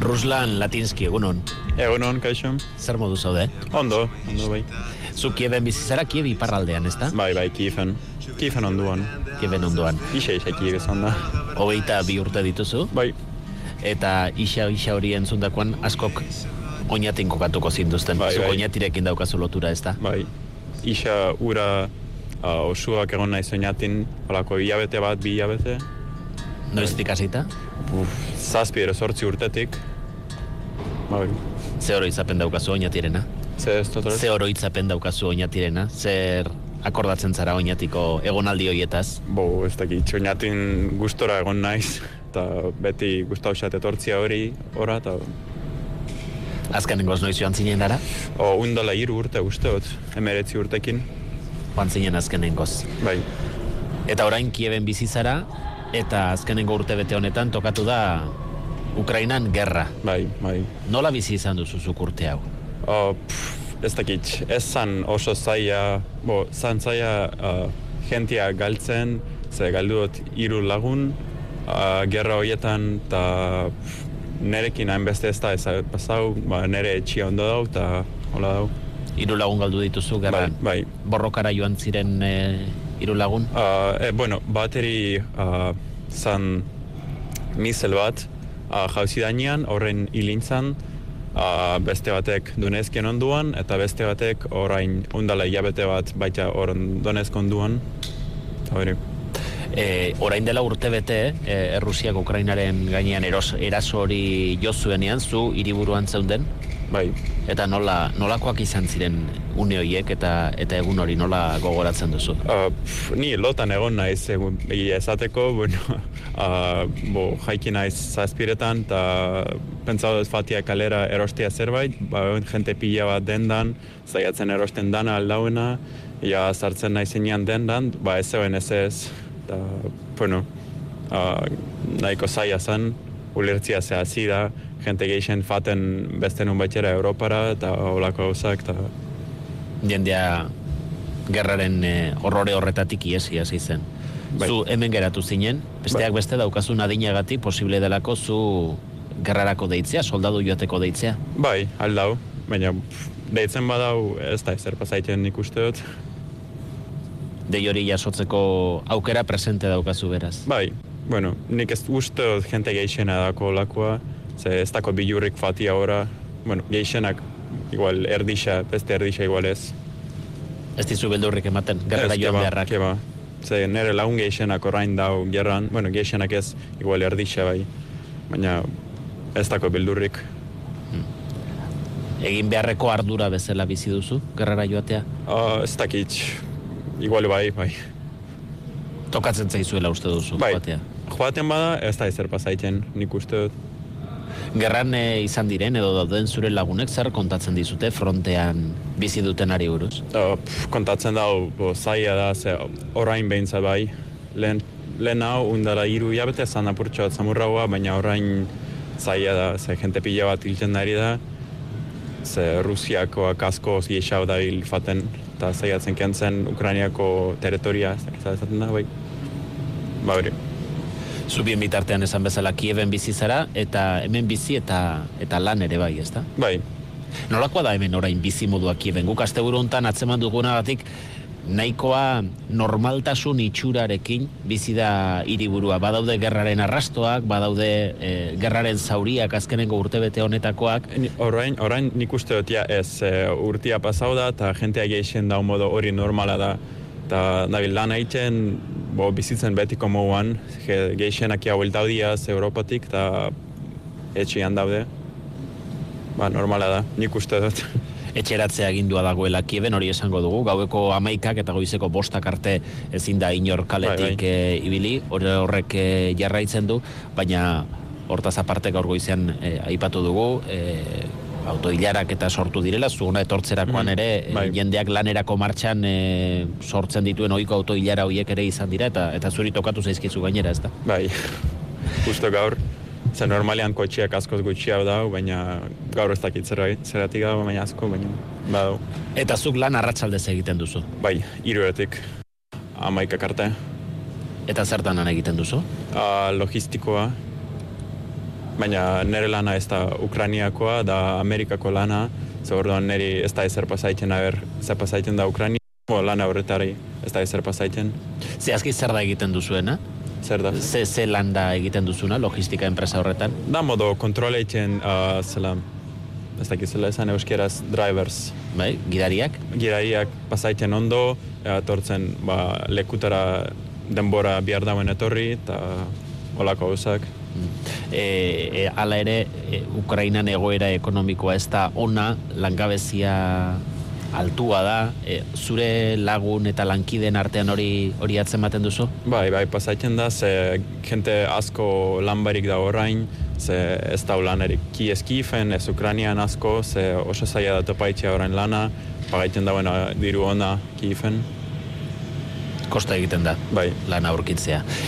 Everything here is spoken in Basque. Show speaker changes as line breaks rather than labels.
Ruslan Latinski, egunon.
Egunon, kaixo.
Zer modu zaude?
Ondo, ondo bai.
Zu Kieben bizi zara, Kieb iparraldean, ez da?
Bai, bai, kiefen. Kiefen onduan.
Kieben ondoan.
Ixa, ixa, kiek esan da.
Hogeita bi urte dituzu,
Bai,
eta isa isa hori entzundakoan askok oinatin kokatuko zinduzten.
Bai,
Zuk
bai.
oinatirekin daukazu lotura, ez da?
bai. Ixa, ura uh, osuak egon nahi soinatin, holako hilabete bat, bi hilabete. Bai.
Noiztik hasita?
Uf, zazpi ero sortzi urtetik. Bai,
Ze oroitzapen daukazu oinatirena?
ze ez dut
Ze oroitzapen daukazu oinatirena? Zer akordatzen zara oinatiko egonaldi hoietaz?
Bo, ez dakit, soinatin gustora egon naiz. Eta beti gustau xat etortzia hori, ora, eta
Azkanengoz noiz joan zinen dara?
o, undala hiru urte uste dut, emeretzi urtekin.
Joan zinen azkenengoz.
Bai,
Eta orain Kieben bizi zara eta azkenengo urtebete honetan tokatu da Ukrainan gerra.
bai, bai.
Nola bizi izan duzu zuk urte hau?
O, pff, ez dakit, ez zan oso zaila, bo, zan zaila uh, jentia galtzen, ze galdu dut hiru lagun, uh, gerra horietan, eta nerekin hainbeste ez da ezagut pasau, ba, nere etxia ondo dau, eta hola dau.
Hiru lagun galdu dituzu gerran.
Bai, bai.
Borrokara joan ziren e, hiru lagun.
Uh, e, bueno, bateri uh, zan misel bat uh, jauzi dainean, horren hilintzan, uh, beste batek Donezken onduan, eta beste batek orain undala hilabete bat baita horren Donezk onduan. Eta hori,
E, orain dela urtebete, e, Errusiak Ukrainaren gainean eros, eraso hori jo zuenean zu hiriburuan zeuden
bai.
eta nola nolakoak izan ziren une horiek eta eta egun hori nola gogoratzen duzu?
Uh, pf, ni lotan egon naiz egun egia esateko, bueno, uh, bo, jaiki naiz zazpiretan, eta pentsau dut fatia kalera erostia zerbait, ba, egon jente pila bat dendan, zaiatzen erosten dana aldauena, ja sartzen nahi zinean dendan, ba ez zegoen ez ez, eta, bueno, uh, nahiko zaila zen, ulertzia zehazi da, jente geixen faten beste nun batxera Europara, eta holako gauzak, eta
Jendea gerraren e, horrore horretatik iesi hasi zen.
Bai.
Zu hemen geratu zinen, besteak beste daukazun adinagatik posible delako zu gerrarako deitzea, soldadu joateko deitzea.
Bai, aldau, baina pff, deitzen badau ez da ezer pasaiten nik uste dut.
Dei hori jasotzeko aukera presente daukazu beraz.
Bai, bueno, nik ez uste dut jente geixena dako lakoa, ze ez dako bilurrik fatia ora, bueno, geixenak igual erdisa, beste erdisa igual ez.
Ez dizu beldurrik ematen, gerrara
Ez,
joan
keba,
beharrak.
keba. Ze nire laun geixenak orain dau gerran, bueno, geixenak ez, igual erdisa bai, baina ez dako bildurrik.
Egin beharreko ardura bezala bizi duzu, gerrara joatea.
Ah, ez dakit, igual bai, bai.
Tokatzen zaizuela uste duzu,
Bai,
joatea.
joaten bada ez da ezer pasaiten nik uste dut.
Gerran e, izan diren edo dauden zure lagunek zer kontatzen dizute frontean bizi dutenari buruz.
Uh, pf, kontatzen dau, bo, zaila da, ze orain behintza bai. Lehen, lehen hau, undala hiru hilabete zan apurtxo bat zamurraua, baina orain zaila da, ze jente pila bat hilten ari da. Ze Rusiakoak asko giexau da hil faten, eta zaiatzen kentzen Ukrainiako teritoria, ez dakit zer esaten da, bai. Ba hori,
Zubien bitartean esan bezala Kieben bizi zara eta hemen bizi eta eta lan ere bai, ezta?
bai,
Nolakoa da hemen orain bizi modua Kieben? Guk asteburu hontan atzeman dugunagatik nahikoa normaltasun itxurarekin bizi da hiriburua. Badaude gerraren arrastoak, badaude eh, gerraren zauriak azkenengo urtebete honetakoak.
Ni- Orain, orain nik uste dut ja ez e, urtia pasau da eta jentea geixen da modo hori normala da. Eta nabil lan egiten, bo, bizitzen betiko moduan, ge- geixenak ja hueltau diaz Europatik eta etxean daude. Ba, normala da, nik uste dut.
etxeratzea agindua dagoela Kieben hori esango dugu, gaueko amaikak eta goizeko bostak arte ezin da inor kaletik
Bai,
eh, ibili, hor- horrek eh, jarraitzen du, baina hortaz aparte gaur goizean eh, aipatu dugu, eh, autoilarak eta sortu direla, zuona etortzerakoan
Mm,
ere, eh,
bai.
jendeak lanerako martxan eh, sortzen dituen ohiko autoilara horiek ere izan dira, eta eta zuri tokatu zaizkizu gainera, ez da?
Bai, justo gaur. Ze normalean kotxeak askoz gutxiago dau, baina gaur ez dakit zera- zeratik dago, baina asko, baina badau.
Eta zuk lan arratsaldez egiten duzu.
Bai, hiruetik amaikak arte.
Eta zertan lan egiten duzu?
Ah, logistikoa, baina nire lana ez da Ukraniakoa, da Amerikako lana, ze orduan niri ez da ezer pasaiten, aber, zer pasaiten da Ukrania, bo, lana horretari ez da ezer pasaiten,
Zehazki zer da egiten duzuena?
zer da.
Ze, ze lan da egiten duzuna logistika enpresa horretan?
Da modo, kontroleitzen, uh, zela, ez dakit zela esan euskeraz, drivers,
Bai, gidariak?
girariak pasaiten ondo, etortzen ba, lekutara denbora bihar dauen etorri, eta olako gauzak.
E, e, ala ere, e, Ukrainan egoera ekonomikoa ez da ona, langabezia altua da, e, zure lagun eta lankiden artean hori hori atzematen duzu?
Bai, bai, pasaiten da, ze jente asko lan barik da orain, ze ez da lanerik kieskifen, ez Ukranian asko, ze oso zaila da topaitzea orain lana, pagaiten dauen ah, diru ona kiefen,
Kosta egiten da,
bai.
lan aurkitzea.